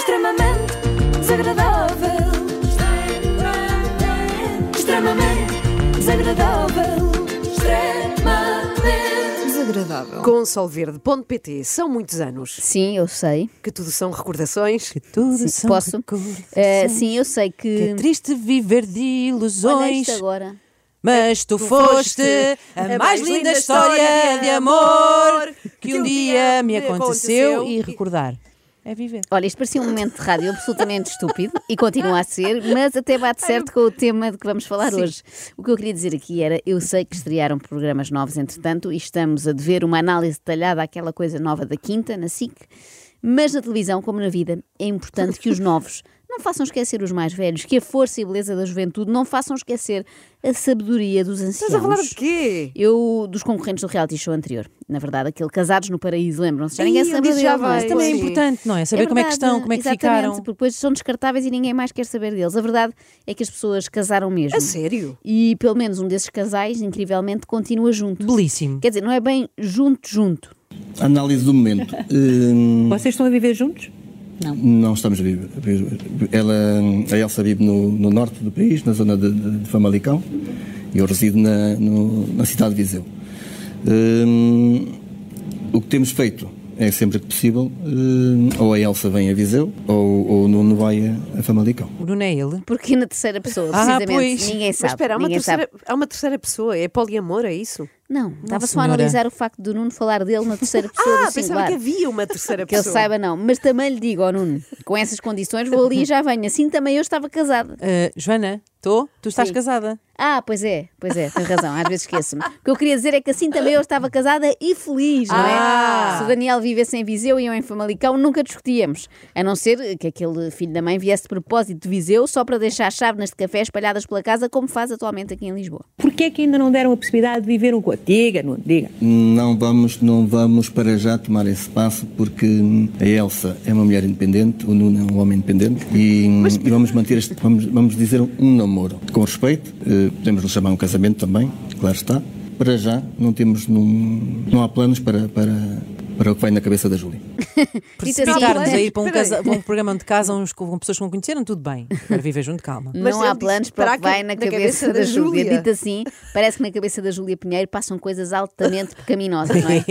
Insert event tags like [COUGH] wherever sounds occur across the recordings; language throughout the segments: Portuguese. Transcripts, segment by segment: Extremamente desagradável. Extremamente desagradável. Extremamente desagradável. Com solverde.pt são muitos anos Sim, eu sei. que tudo são recordações. Tudo Sim, são posso? recordações. Eh, sim, eu sei Que é que. triste viver de Olha ilusões, isto agora. mas tu foste a mais linda história de amor que um dia me aconteceu e recordar. É viver. Olha, isto parecia um momento de rádio absolutamente estúpido e continua a ser, mas até bate certo com o tema de que vamos falar hoje. O que eu queria dizer aqui era: eu sei que estrearam programas novos, entretanto, e estamos a dever uma análise detalhada àquela coisa nova da Quinta, na SIC, mas na televisão, como na vida, é importante que os novos não façam esquecer os mais velhos, que a força e beleza da juventude não façam esquecer a sabedoria dos anciãos. Estás a falar de quê? Eu, dos concorrentes do reality show anterior, na verdade, aquele Casados no Paraíso, lembram-se? Já ninguém Ih, se eu lembra disse de já alguma vai. coisa. Também é Sim. importante, não é? Saber como é que verdade, estão, como é que exatamente, ficaram. porque depois são descartáveis e ninguém mais quer saber deles. A verdade é que as pessoas casaram mesmo. A É sério? E pelo menos um desses casais, incrivelmente, continua junto. Belíssimo. Quer dizer, não é bem junto, junto. Análise do momento. Hum, Vocês estão a viver juntos? não estamos a viver. Ela, a Elsa vive no, no norte do país, na zona de, de- de Famalicão. e Eu resido na, no- na cidade de Viseu. Hum, o que temos feito é sempre que possível, hum, ou a Elsa vem a Viseu, ou, ou o Nuno vai a, a Famalicão. O Nuno é ele. Porque na terceira pessoa, Ah, precisamente, pois. ninguém sabe. Mas espera, há uma, ninguém terceira, sabe. há uma terceira pessoa. É poliamor, é isso? Não, estava só a senhora. analisar o facto do Nuno falar dele na [LAUGHS] terceira pessoa Ah, do pensava singular. que havia uma terceira Que ele pessoa. saiba, não. Mas também lhe digo, ó Nuno, com essas condições vou ali e já venho. Assim também eu estava casada. Ah, Joana, estou? Tu estás Sim. casada? Ah, pois é, pois é, tens razão, às vezes esqueço-me. O que eu queria dizer é que assim também eu estava casada e feliz, não é? Ah! Se o Daniel vivesse em Viseu e eu em Famalicão, nunca discutíamos. A não ser que aquele filho da mãe viesse de propósito de Viseu só para deixar chávenas de café espalhadas pela casa, como faz atualmente aqui em Lisboa. Porquê é que ainda não deram a possibilidade de viver um com outro? Diga, não diga. Não vamos, não vamos para já tomar esse passo porque hum, a Elsa é uma mulher independente, o Nuno é um homem independente e, hum, e vamos manter este, vamos, vamos dizer um namoro com respeito, eh, podemos lhe chamar um casamento também, claro está. Para já não temos, num- não há planos para, para, para o que vai na cabeça da Júlia. Dito assim, Precipitar-nos a ir para um, Espera aí. casa- para um programa de casa uns com, com pessoas que não conheceram, tudo bem. Agora viver junto, [LAUGHS] calma. Mas não ele há disse, planos para o "Para que vai aqui- na na cabeça, cabeça da, da Júlia. Júlia. Dito assim, parece que na cabeça da Júlia Pinheiro passam coisas altamente pecaminosas, [LAUGHS] não é?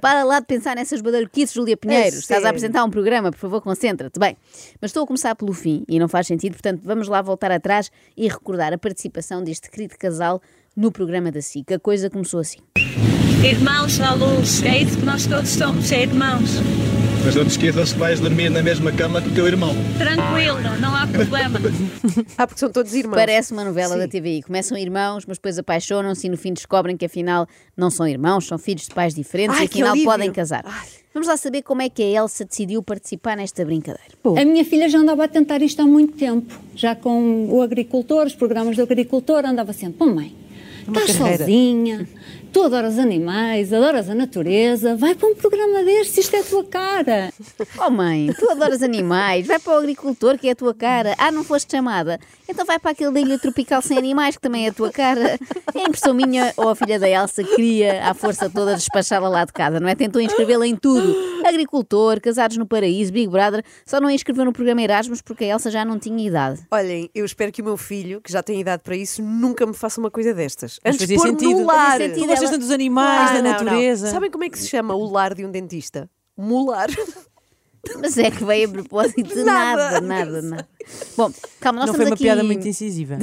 Para lá de pensar nessas badalhoquices, Júlia Pinheiro. Estás É sério. a apresentar um programa, por favor, concentra-te. Bem, mas estou a começar pelo fim e não faz sentido, portanto, vamos lá voltar atrás e recordar a participação deste querido casal no programa da SIC. A coisa começou assim. Irmãos à luz, é isso que nós todos somos, é irmãos. Mas não te esqueças que vais dormir na mesma cama que o teu irmão. Tranquilo, não há problema. Ah, porque são todos irmãos. Parece uma novela da TVI. Começam irmãos, mas depois apaixonam-se e no fim descobrem que afinal não são irmãos, são filhos de pais diferentes Ai, e que afinal alívio. podem casar. Vamos lá saber como é que a Elsa decidiu participar nesta brincadeira. A minha filha já andava a tentar isto há muito tempo, já com o agricultor, os programas do agricultor, andava sempre, "Oh, mãe, estás carreira." sozinha, tu adoras animais, adoras a natureza, vai para um programa destes, isto é a tua cara. Oh mãe, tu adoras animais, vai para o agricultor que é a tua cara. Ah, não foste chamada? Então vai para aquele da ilha tropical sem animais que também é a tua cara. É impressão minha ou a filha da Elsa queria à força toda despachá-la lá de casa, não é? Tentou inscrevê-la em tudo. Agricultor, Casados no Paraíso, Big Brother, só não a inscreveu no programa Erasmus porque a Elsa já não tinha idade. Olhem, eu espero que o meu filho, que já tem idade para isso, nunca me faça uma coisa destas. Mas Antes de fazia pôr sentido. no lar. Fazia sentido. Tu gostas Ela- tanto dos animais, Ah, da não, natureza. não. Sabem como é que se chama o lar de um dentista? Mular. Mas é que veio a propósito de Nada, nada, nada, eu nada. Bom, calma, nós não estamos foi uma aqui... piada muito [LAUGHS] incisiva.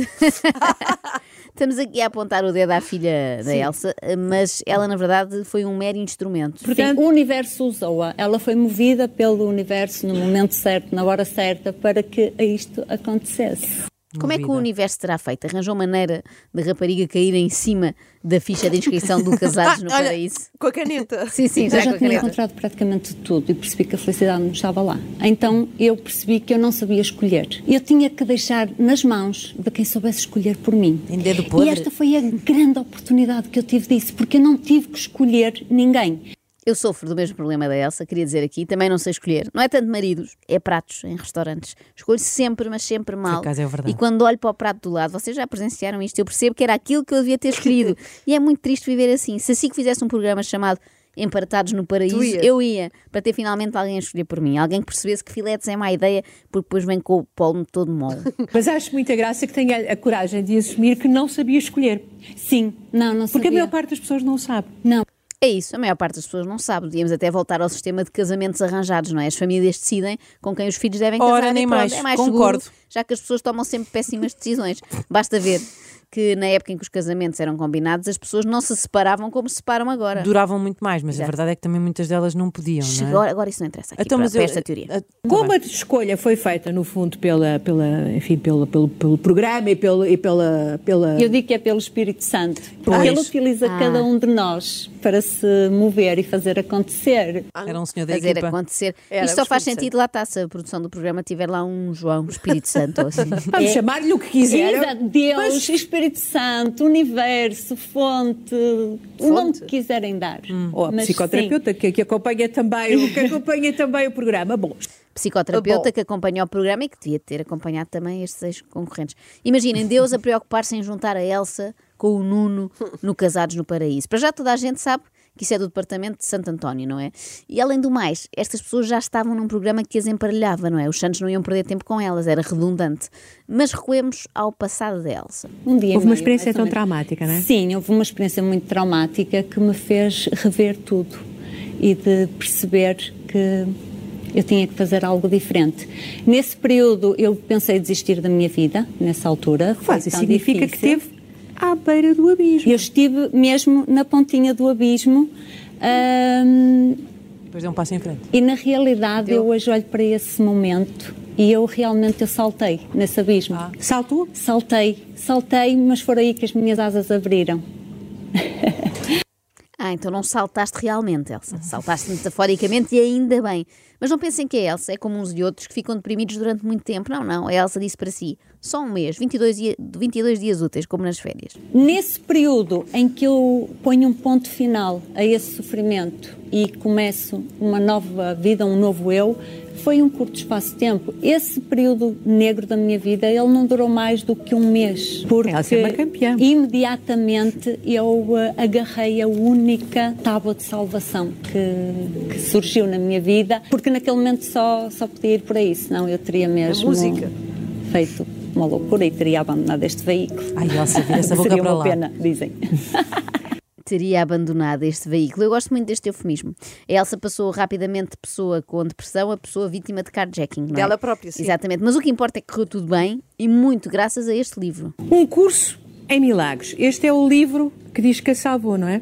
Estamos aqui a apontar o dedo à filha da Elsa, mas ela, na verdade, foi um mero instrumento. Portanto, o universo usou-a, ela foi movida pelo universo no momento certo, na hora certa, para que isto acontecesse. Como é que o Movida. universo terá feito? Arranjou maneira de rapariga cair em cima da ficha de inscrição [LAUGHS] do Casados no Ah, olha, Paraíso? Com a caneta. [LAUGHS] Sim, sim, Eu já com já a tinha caneta. encontrado praticamente tudo e percebi que a felicidade não estava lá. Então eu percebi que eu não sabia escolher. Eu tinha que deixar nas mãos de quem soubesse escolher por mim. Em dedo podre. E esta foi a grande oportunidade que eu tive disso, porque eu não tive que escolher ninguém. Eu sofro do mesmo problema da Elsa, queria dizer aqui, também não sei escolher. Não é tanto maridos, é pratos em restaurantes. Escolho sempre, mas sempre mal. acaso é verdade. E quando olho para o prato do lado, vocês já presenciaram isto, eu percebo que era aquilo que eu devia ter escolhido. e é muito triste viver assim. Se assim que fizesse um programa chamado emparatados no paraíso, Tu ias? eu ia, para ter finalmente alguém a escolher por mim. Alguém que percebesse que filetes é má ideia, porque depois vem com o polo todo mole. [LAUGHS] Mas acho muita graça que tenha a coragem de assumir que não sabia escolher. Sim, não, não Porque sabia. a maior parte das pessoas não sabe. Não. É isso, a maior parte das pessoas não sabe. Podíamos até voltar ao sistema de casamentos arranjados, não é? As famílias decidem com quem os filhos devem Ora, casar. e nem pronto, mais. É mais Concordo. seguro, já que as pessoas tomam sempre péssimas decisões. Basta ver que na época em que os casamentos eram combinados, as pessoas não se separavam como se separam agora. Duravam muito mais, mas a Exato. verdade é que também muitas delas não podiam, Chegou, não é? agora isso não interessa aqui Então, para, mas para eu- esta teoria. Ah, Como a escolha foi feita, no fundo, pela, pela, enfim, pelo, pelo, pelo programa e, pelo, e pela, pela. Eu digo que é pelo Espírito Santo, porque Pois. ele utiliza cada um de nós para se mover e fazer acontecer. Ah, Era um senhor da Fazer equipa. acontecer. Era, Isto só mas faz Espírito sentido lá está, se a produção do programa tiver lá um João, um Espírito Santo [LAUGHS] ou assim. Vamos chamar-lhe o que Vida, quiser. Deus, Espírito Santo, Universo, Fonte, o nome que quiserem dar. Ou a Mas psicoterapeuta que, que acompanha também o que acompanha também o programa. Bom, psicoterapeuta Bom. que acompanhou o programa e que devia ter acompanhado também estes seis concorrentes. Imaginem, Deus a preocupar-se em juntar a Elsa com o Nuno no Casados no Paraíso. Para já toda a gente sabe que isso é do departamento de Santo António, não é? E além do mais, estas pessoas já estavam num programa que as emparelhava, não é? Os Santos não iam perder tempo com elas, era redundante. Mas recuemos ao passado da Elsa. Sim, um dia e Houve uma meio, experiência mais ou tão menos. traumática, não é? Sim, houve uma experiência muito traumática que me fez rever tudo e de perceber que eu tinha que fazer algo diferente. Nesse período eu pensei desistir da minha vida, nessa altura. Foi faz? Isso tão significa que difícil. teve à beira do abismo. Eu estive mesmo na pontinha do abismo. ahm, Depois deu um passo em frente. e na realidade eu hoje olho para esse momento e eu realmente eu saltei nesse abismo. Ah. Saltou? Saltei, saltei, mas foi aí que as minhas asas abriram. Ah, então não saltaste realmente, Elsa. Saltaste metaforicamente e ainda bem. Mas não pensem que a Elsa é como uns e outros que ficam deprimidos durante muito tempo. Não, não. A Elsa disse para si: só um mês, 22, dia- 22 dias úteis, como nas férias. Nesse período em que eu ponho um ponto final a esse sofrimento e começo uma nova vida, um novo eu, foi um curto espaço de tempo. Esse período negro da minha vida, ele não durou mais do que um mês. Porque Ela é uma campeã. imediatamente eu eh, agarrei a única tábua de salvação que, que surgiu na minha vida, porque naquele momento só, só podia ir por aí, senão eu teria mesmo música. feito uma loucura e teria abandonado este veículo. Ai, Elsa, vira [LAUGHS] essa [LAUGHS] boca Seria para uma lá. pena, dizem. teria abandonado este veículo. Eu gosto muito deste eufemismo. A Elsa passou rapidamente de pessoa com depressão a pessoa vítima de carjacking, não é? Dela própria, sim. Exatamente. Mas o que importa é que correu tudo bem e muito graças a este livro. Um curso em milagres. Este é o livro que diz que a salvou, não é?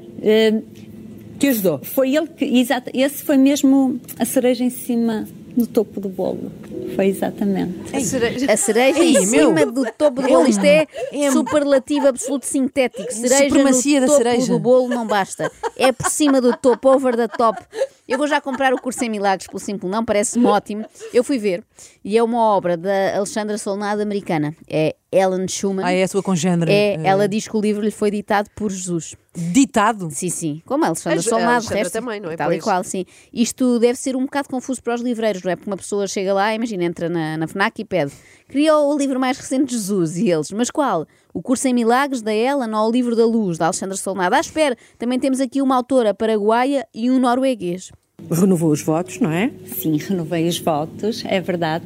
Que ajudou. Foi ele que, exato, esse foi mesmo a cereja em cima do topo do bolo. Foi exatamente. A cereja. A cereja em Ei, meu. cima do topo do bolo. Isto é superlativo absoluto sintético. Cereja Supremacia da no topo cereja. do bolo não basta. É por cima do topo, over the top. Eu vou já comprar o curso em milagres pelo simples não, parece-me ótimo. Eu fui ver e é uma obra da Alexandra Solnado americana. É Ellen Schumann. Ah, é a sua congênere. É, eh, ela diz que o livro lhe foi ditado por Jesus. Ditado. Sim, sim. Como a Alexandra A Jo- a Solnado, Alexandra resto, também, não é? Tal e Pois. qual, sim. Isto deve ser um bocado confuso para os livreiros, não é? Porque uma pessoa chega lá, imagina, entra na, na FNAC e pede queria o livro mais recente de Jesus e eles, mas qual? O curso em milagres da Ellen ou o livro da luz da Alexandra Solnado? Ah, espera, também temos aqui uma autora paraguaia e um norueguês. Renovou os votos, não é? Sim, renovei os votos, é verdade.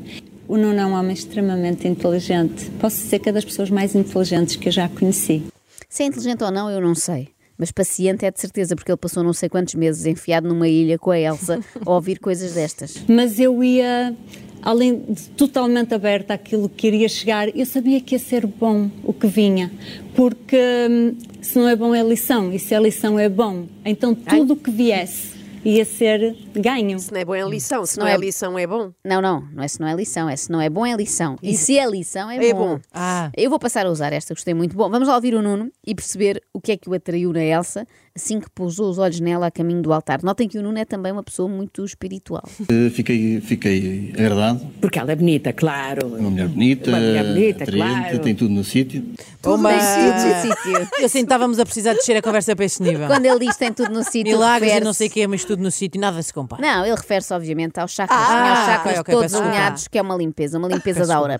O Nuno é um homem extremamente inteligente. Posso dizer que é das pessoas mais inteligentes que eu já conheci. Se é inteligente ou não, eu não sei. Mas paciente é de certeza, porque ele passou não sei quantos meses enfiado numa ilha com a Elsa a ouvir coisas destas. Mas eu ia, além de totalmente aberta àquilo que iria chegar, eu sabia que ia ser bom o que vinha. Porque hum, se não é bom é lição, e se a lição é bom, então tudo o que viesse ia ser ganho. Se não é bom é lição, se não não é é- lição é bom. Não, não, não é se não é lição, é se não é bom é lição. E se é lição é, É bom. bom. Ah. Eu vou passar a usar esta, gostei muito. Bom, vamos lá ouvir o Nuno e perceber o que é que o atraiu na Elsa assim que pousou os olhos nela a caminho do altar. Notem que o Nuno é também uma pessoa muito [LAUGHS] espiritual. Eh, Fiquei, fiquei agradado. É Porque ela é bonita, claro. Uma mulher bonita, Uma mulher bonita, atraente, claro. tem tudo no sítio. Uma... Tem tudo no sítio. [LAUGHS] Eu sinto que estávamos a precisar de descer a conversa para este nível. Quando ele diz tem tudo no é sítio, Milagres e refere-se- não sei o quê, mas tudo no sítio, nada se compara. Não, ele refere-se obviamente aos chakras, Ah, né, aos chakras ok, ok, todos peço desculpa. alinhados, que é uma limpeza, uma limpeza da aura.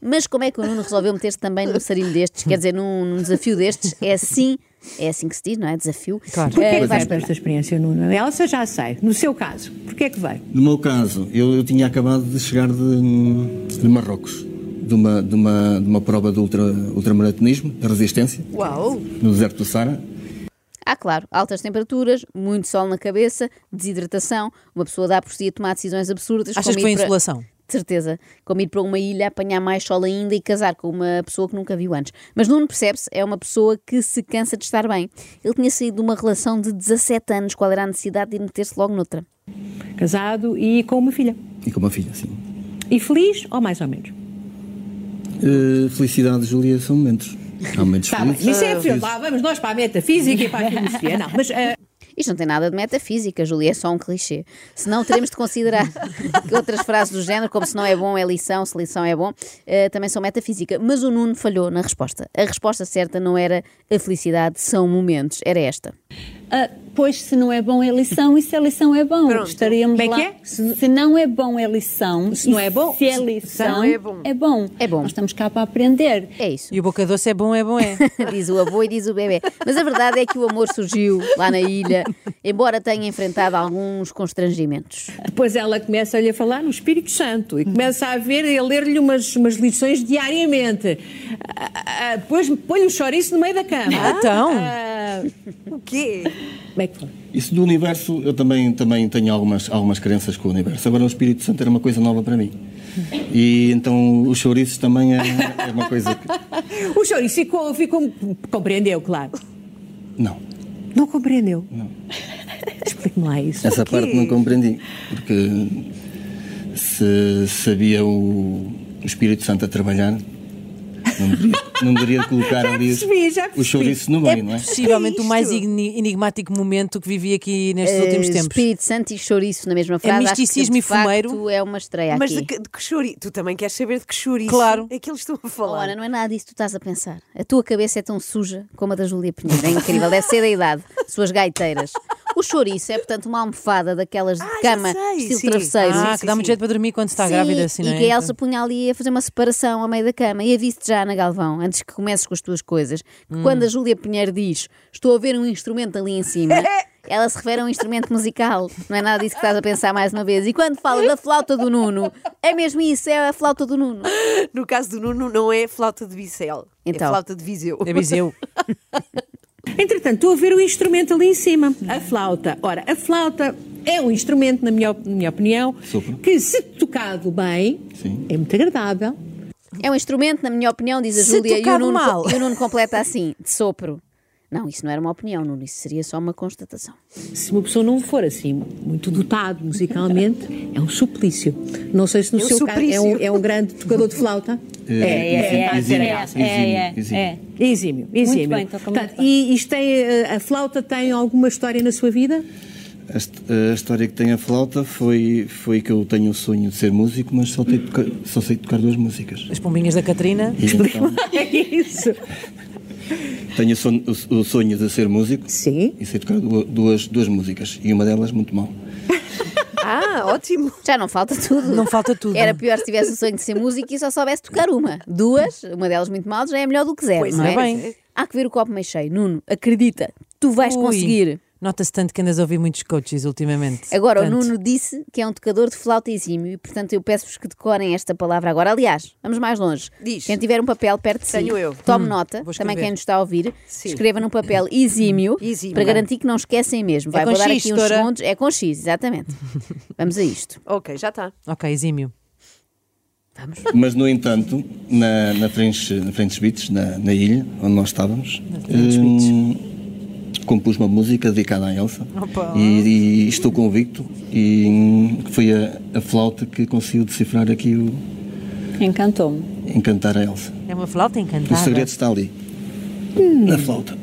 Mas como é que o Nuno resolveu meter-se também num sarilho destes, quer dizer, num, num desafio destes? É assim É assim que se diz, não é? Desafio. Claro. Porquê Eh, vai que vai para explicar. esta experiência, Nuno? Elsa já sai. No seu caso, porquê é que vai? No meu caso, eu, eu tinha acabado de chegar de, de Marrocos, de uma, de uma, de uma prova de ultra, ultramaratonismo, de resistência, Uau! no deserto do Sara. Ah, claro, altas temperaturas, muito sol na cabeça, desidratação, uma pessoa dá por si a tomar decisões absurdas. Achas como que foi ir para- insolação? De certeza. Como ir para uma ilha, apanhar mais sol ainda e casar com uma pessoa que nunca viu antes. Mas Nuno percebe-se, é uma pessoa que se cansa de estar bem. Ele tinha saído de uma relação de 17 anos, qual era a necessidade de meter-se logo noutra? Casado e com uma filha. E com uma filha, sim. E feliz ou mais ou menos? Eh, felicidade, Júlia, são momentos. Há [LAUGHS] momentos Está bem. felizes. Isso é filho. felizes. Lá vamos nós para a metafísica e para a filosofia. Não, mas ah, Isto não tem nada de metafísica, Júlia, é só um clichê. Se não, teremos de [LAUGHS] considerar que outras frases do género, como se não é bom é lição, se lição é bom, eh, também são metafísica. Mas o Nuno falhou na resposta. A resposta certa não era a felicidade são momentos, era esta. Ah, pois se não é bom é lição e se a lição é bom, estaríamos Como é lá. que é? Se se não é bom é lição, Se não e é bom, se é se- lição, não é bom. é bom. É bom. Nós estamos cá para aprender. É [LAUGHS] isso. E o boca doce é bom, é bom, [LAUGHS] é. diz o avô e diz o bebê. Mas a verdade é que o amor surgiu lá na ilha, embora tenha enfrentado alguns constrangimentos. depois ela começa-lhe a falar no Espírito Santo e começa a ver e a ler-lhe umas, umas lições diariamente. Ah, ah, ah, depois põe um chouriço no meio da cama. Então. Ah, O quê? como é que foi? Isso do universo, eu também, também tenho algumas, algumas crenças com o universo. Agora, o Espírito Santo era uma coisa nova para mim. E então os chouriços também é, é uma coisa que. O chouriço ficou, ficou. Compreendeu, claro. Não, Não compreendeu? Não. Explique-me lá isso. essa parte não compreendi. Porque se sabia o, o Espírito Santo a trabalhar, não deveria, não deveria colocar Já ali percebi, já o percebi. chouriço no meio, não é? Possivelmente o mais igni- enigmático momento que vivi aqui nestes últimos Eh, tempos. É Espírito Santo e chouriço na mesma frase. acho que, misticismo de e fumeiro. facto, é uma estreia Mas de aqui. que, de que chouriço? Tu também queres saber de que chouriço Claro. é que eles estão a Oh, Ana, falar. não é nada disso que tu estás a pensar. A tua cabeça é tão suja como a da Júlia Pinheiro. É incrível, deve ser da idade. Suas gaiteiras. O chouriço é, portanto, uma almofada daquelas de Ah, já cama, sei, estilo sim. travesseiro. Ah, Sim, que sim, dá sim. muito jeito para dormir quando se está Sim, grávida, assim, não é? E que a Elsa punha ali a fazer uma separação a meio da cama. E avise já, Ana Galvão, antes que comeces com as tuas coisas, que quando a Júlia Pinheiro diz estou a ver um instrumento ali em cima, ela se refere a um instrumento musical. Não é nada disso que estás a pensar mais uma vez. E quando fala da flauta do Nuno, é mesmo isso, é a flauta do Nuno. No caso do Nuno, não é flauta de Bicel. Então. É flauta de Viseu. É Viseu. Entretanto, estou a ver o instrumento ali em cima, a flauta. Ora, a flauta é um instrumento, na minha, op- na minha opinião, Sopro. que se tocado bem, Sim. é muito agradável. É um instrumento, na minha opinião, diz a Se Júlia, e o, tocar Nuno, mal. e o Nuno completa assim, de sopro. Não, isso não era uma opinião, Nuno, isso seria só uma constatação. Se uma pessoa não for assim muito dotado musicalmente, é um suplício. Não sei se no É um seu caso é um, suplício. é um grande tocador de flauta. É, é, é, é, exímio, é. exímio. É Exímio, exímio. bem, toca muito Portanto, bem. E isto tem, eh, a flauta tem alguma história na [LAUGHS] sua vida? A, hist- a história que tem a flauta foi, foi que eu tenho o sonho de ser músico, mas só, tenho toca- só sei tocar duas músicas. As pombinhas da Catarina. E então, É isso. tenho o son- o sonho, de ser músico Sim. e sei tocar du- duas, duas músicas, e uma delas muito mal. [LAUGHS] Ah, ótimo. Já não falta tudo. Não falta tudo. Era pior se tivesse o sonho de ser música e só soubesse tocar uma. Duas, uma delas muito mal, já é melhor do que zero. Pois não é, é? pois é. Há que ver o copo meio cheio. Nuno, acredita, tu vais Ui, conseguir. Nota-se tanto que andas a ouvir muitos coaches ultimamente. Agora, Tanto. o Nuno disse que é um tocador de flauta exímio e, portanto, eu peço-vos que decorem esta palavra agora. Aliás, vamos mais longe. Diz. Quem tiver um papel perto de si, Tenho eu. Hum, tome nota, vou escrever. também quem nos está a ouvir, Sim. escreva num papel exímio, [LAUGHS] Exímio. é. para garantir que não esquecem mesmo. Vai com guardar X, aqui uns Tora. segundos. É com [LAUGHS] X, exatamente. vamos a isto. Ok, já está. Ok, exímio. Vamos. Mas, no entanto, na, na French, na French Beach, na, na ilha onde nós estávamos, hum, compus uma música dedicada à Elsa e, e estou convicto e hum, que foi a, a flauta que conseguiu decifrar aqui o Encantou-me. encantar a Elsa. É uma flauta O encantada. segredo está ali. Na flauta.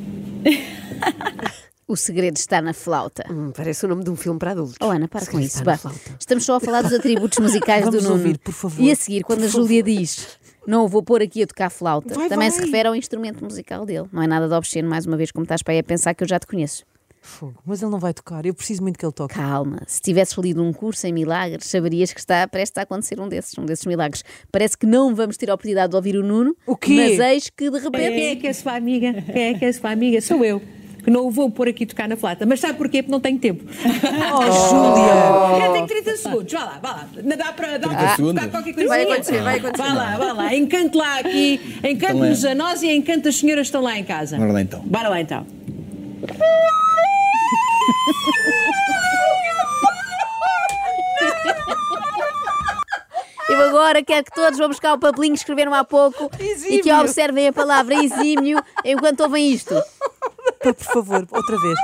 O segredo está na flauta. Hum, parece o nome de um filme para adultos. Oh Ana, para com calhar isso. está na vá. flauta. Estamos só a falar dos atributos musicais Vamos do Nuno. ouvir, por favor. E a seguir, quando a Júlia diz não o vou pôr aqui a tocar flauta, Vai, também vai. se refere ao instrumento musical dele. Não é nada de obsceno, mais uma vez, como estás para aí a pensar que eu já te conheço. Fogo. Mas ele não vai tocar. Eu preciso muito que ele toque. Calma, se tivesses lido um curso em milagres, saberias que está prestes a acontecer um desses, um desses milagres. Parece que não vamos ter a oportunidade de ouvir o Nuno, O quê? mas eis que de repente. Quem é que é a sua amiga? Quem é que é a sua amiga? é Sou eu. que não o vou pôr aqui tocar na flauta. Mas sabe porquê? Porque não tenho [LAUGHS] tempo. Oh, Júlia! Eu tenho 30 segundos, vá lá, vá lá. Dá para dá 30 para segundos? tocar qualquer coisa. Vai acontecer, vai acontecer. Vá lá, vá lá. Encante lá aqui, encante-nos Então é. a nós e encante as senhoras que estão lá em casa. Bora lá então. Bora lá então. É. Eu agora quero que todos vão buscar o papelinho que escreveram há [LAUGHS] pouco e que Exímio. observem a palavra exímio enquanto ouvem isto. Pá, por favor, outra vez.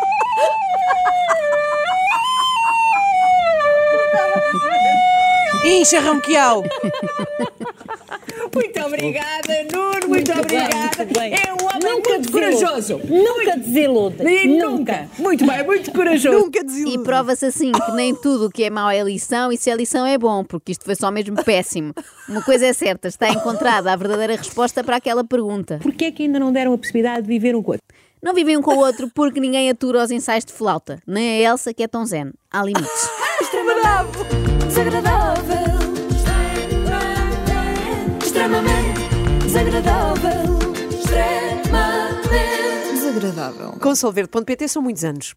Incha Ramquial! Muito obrigada, Nuno, muito, obrigada. muito bem. É um homem Nunca muito corajoso. Nunca desiluda. E nunca. Muito bem, muito corajoso. Nunca desiludo. E prova-se assim que nem tudo o que é mau é lição e se é lição é bom, porque isto foi só mesmo péssimo. Uma coisa é certa, está encontrada a verdadeira resposta para aquela pergunta. Porquê é que ainda não deram a possibilidade de viver um com o outro? Não vivem um com o outro porque ninguém atura os ensaios de flauta, nem a Elsa que é tão zen. Há limites. Extremadão, desagradável. Extremamente desagradável. Extremamente desagradável. Consolverde.pt são muitos anos.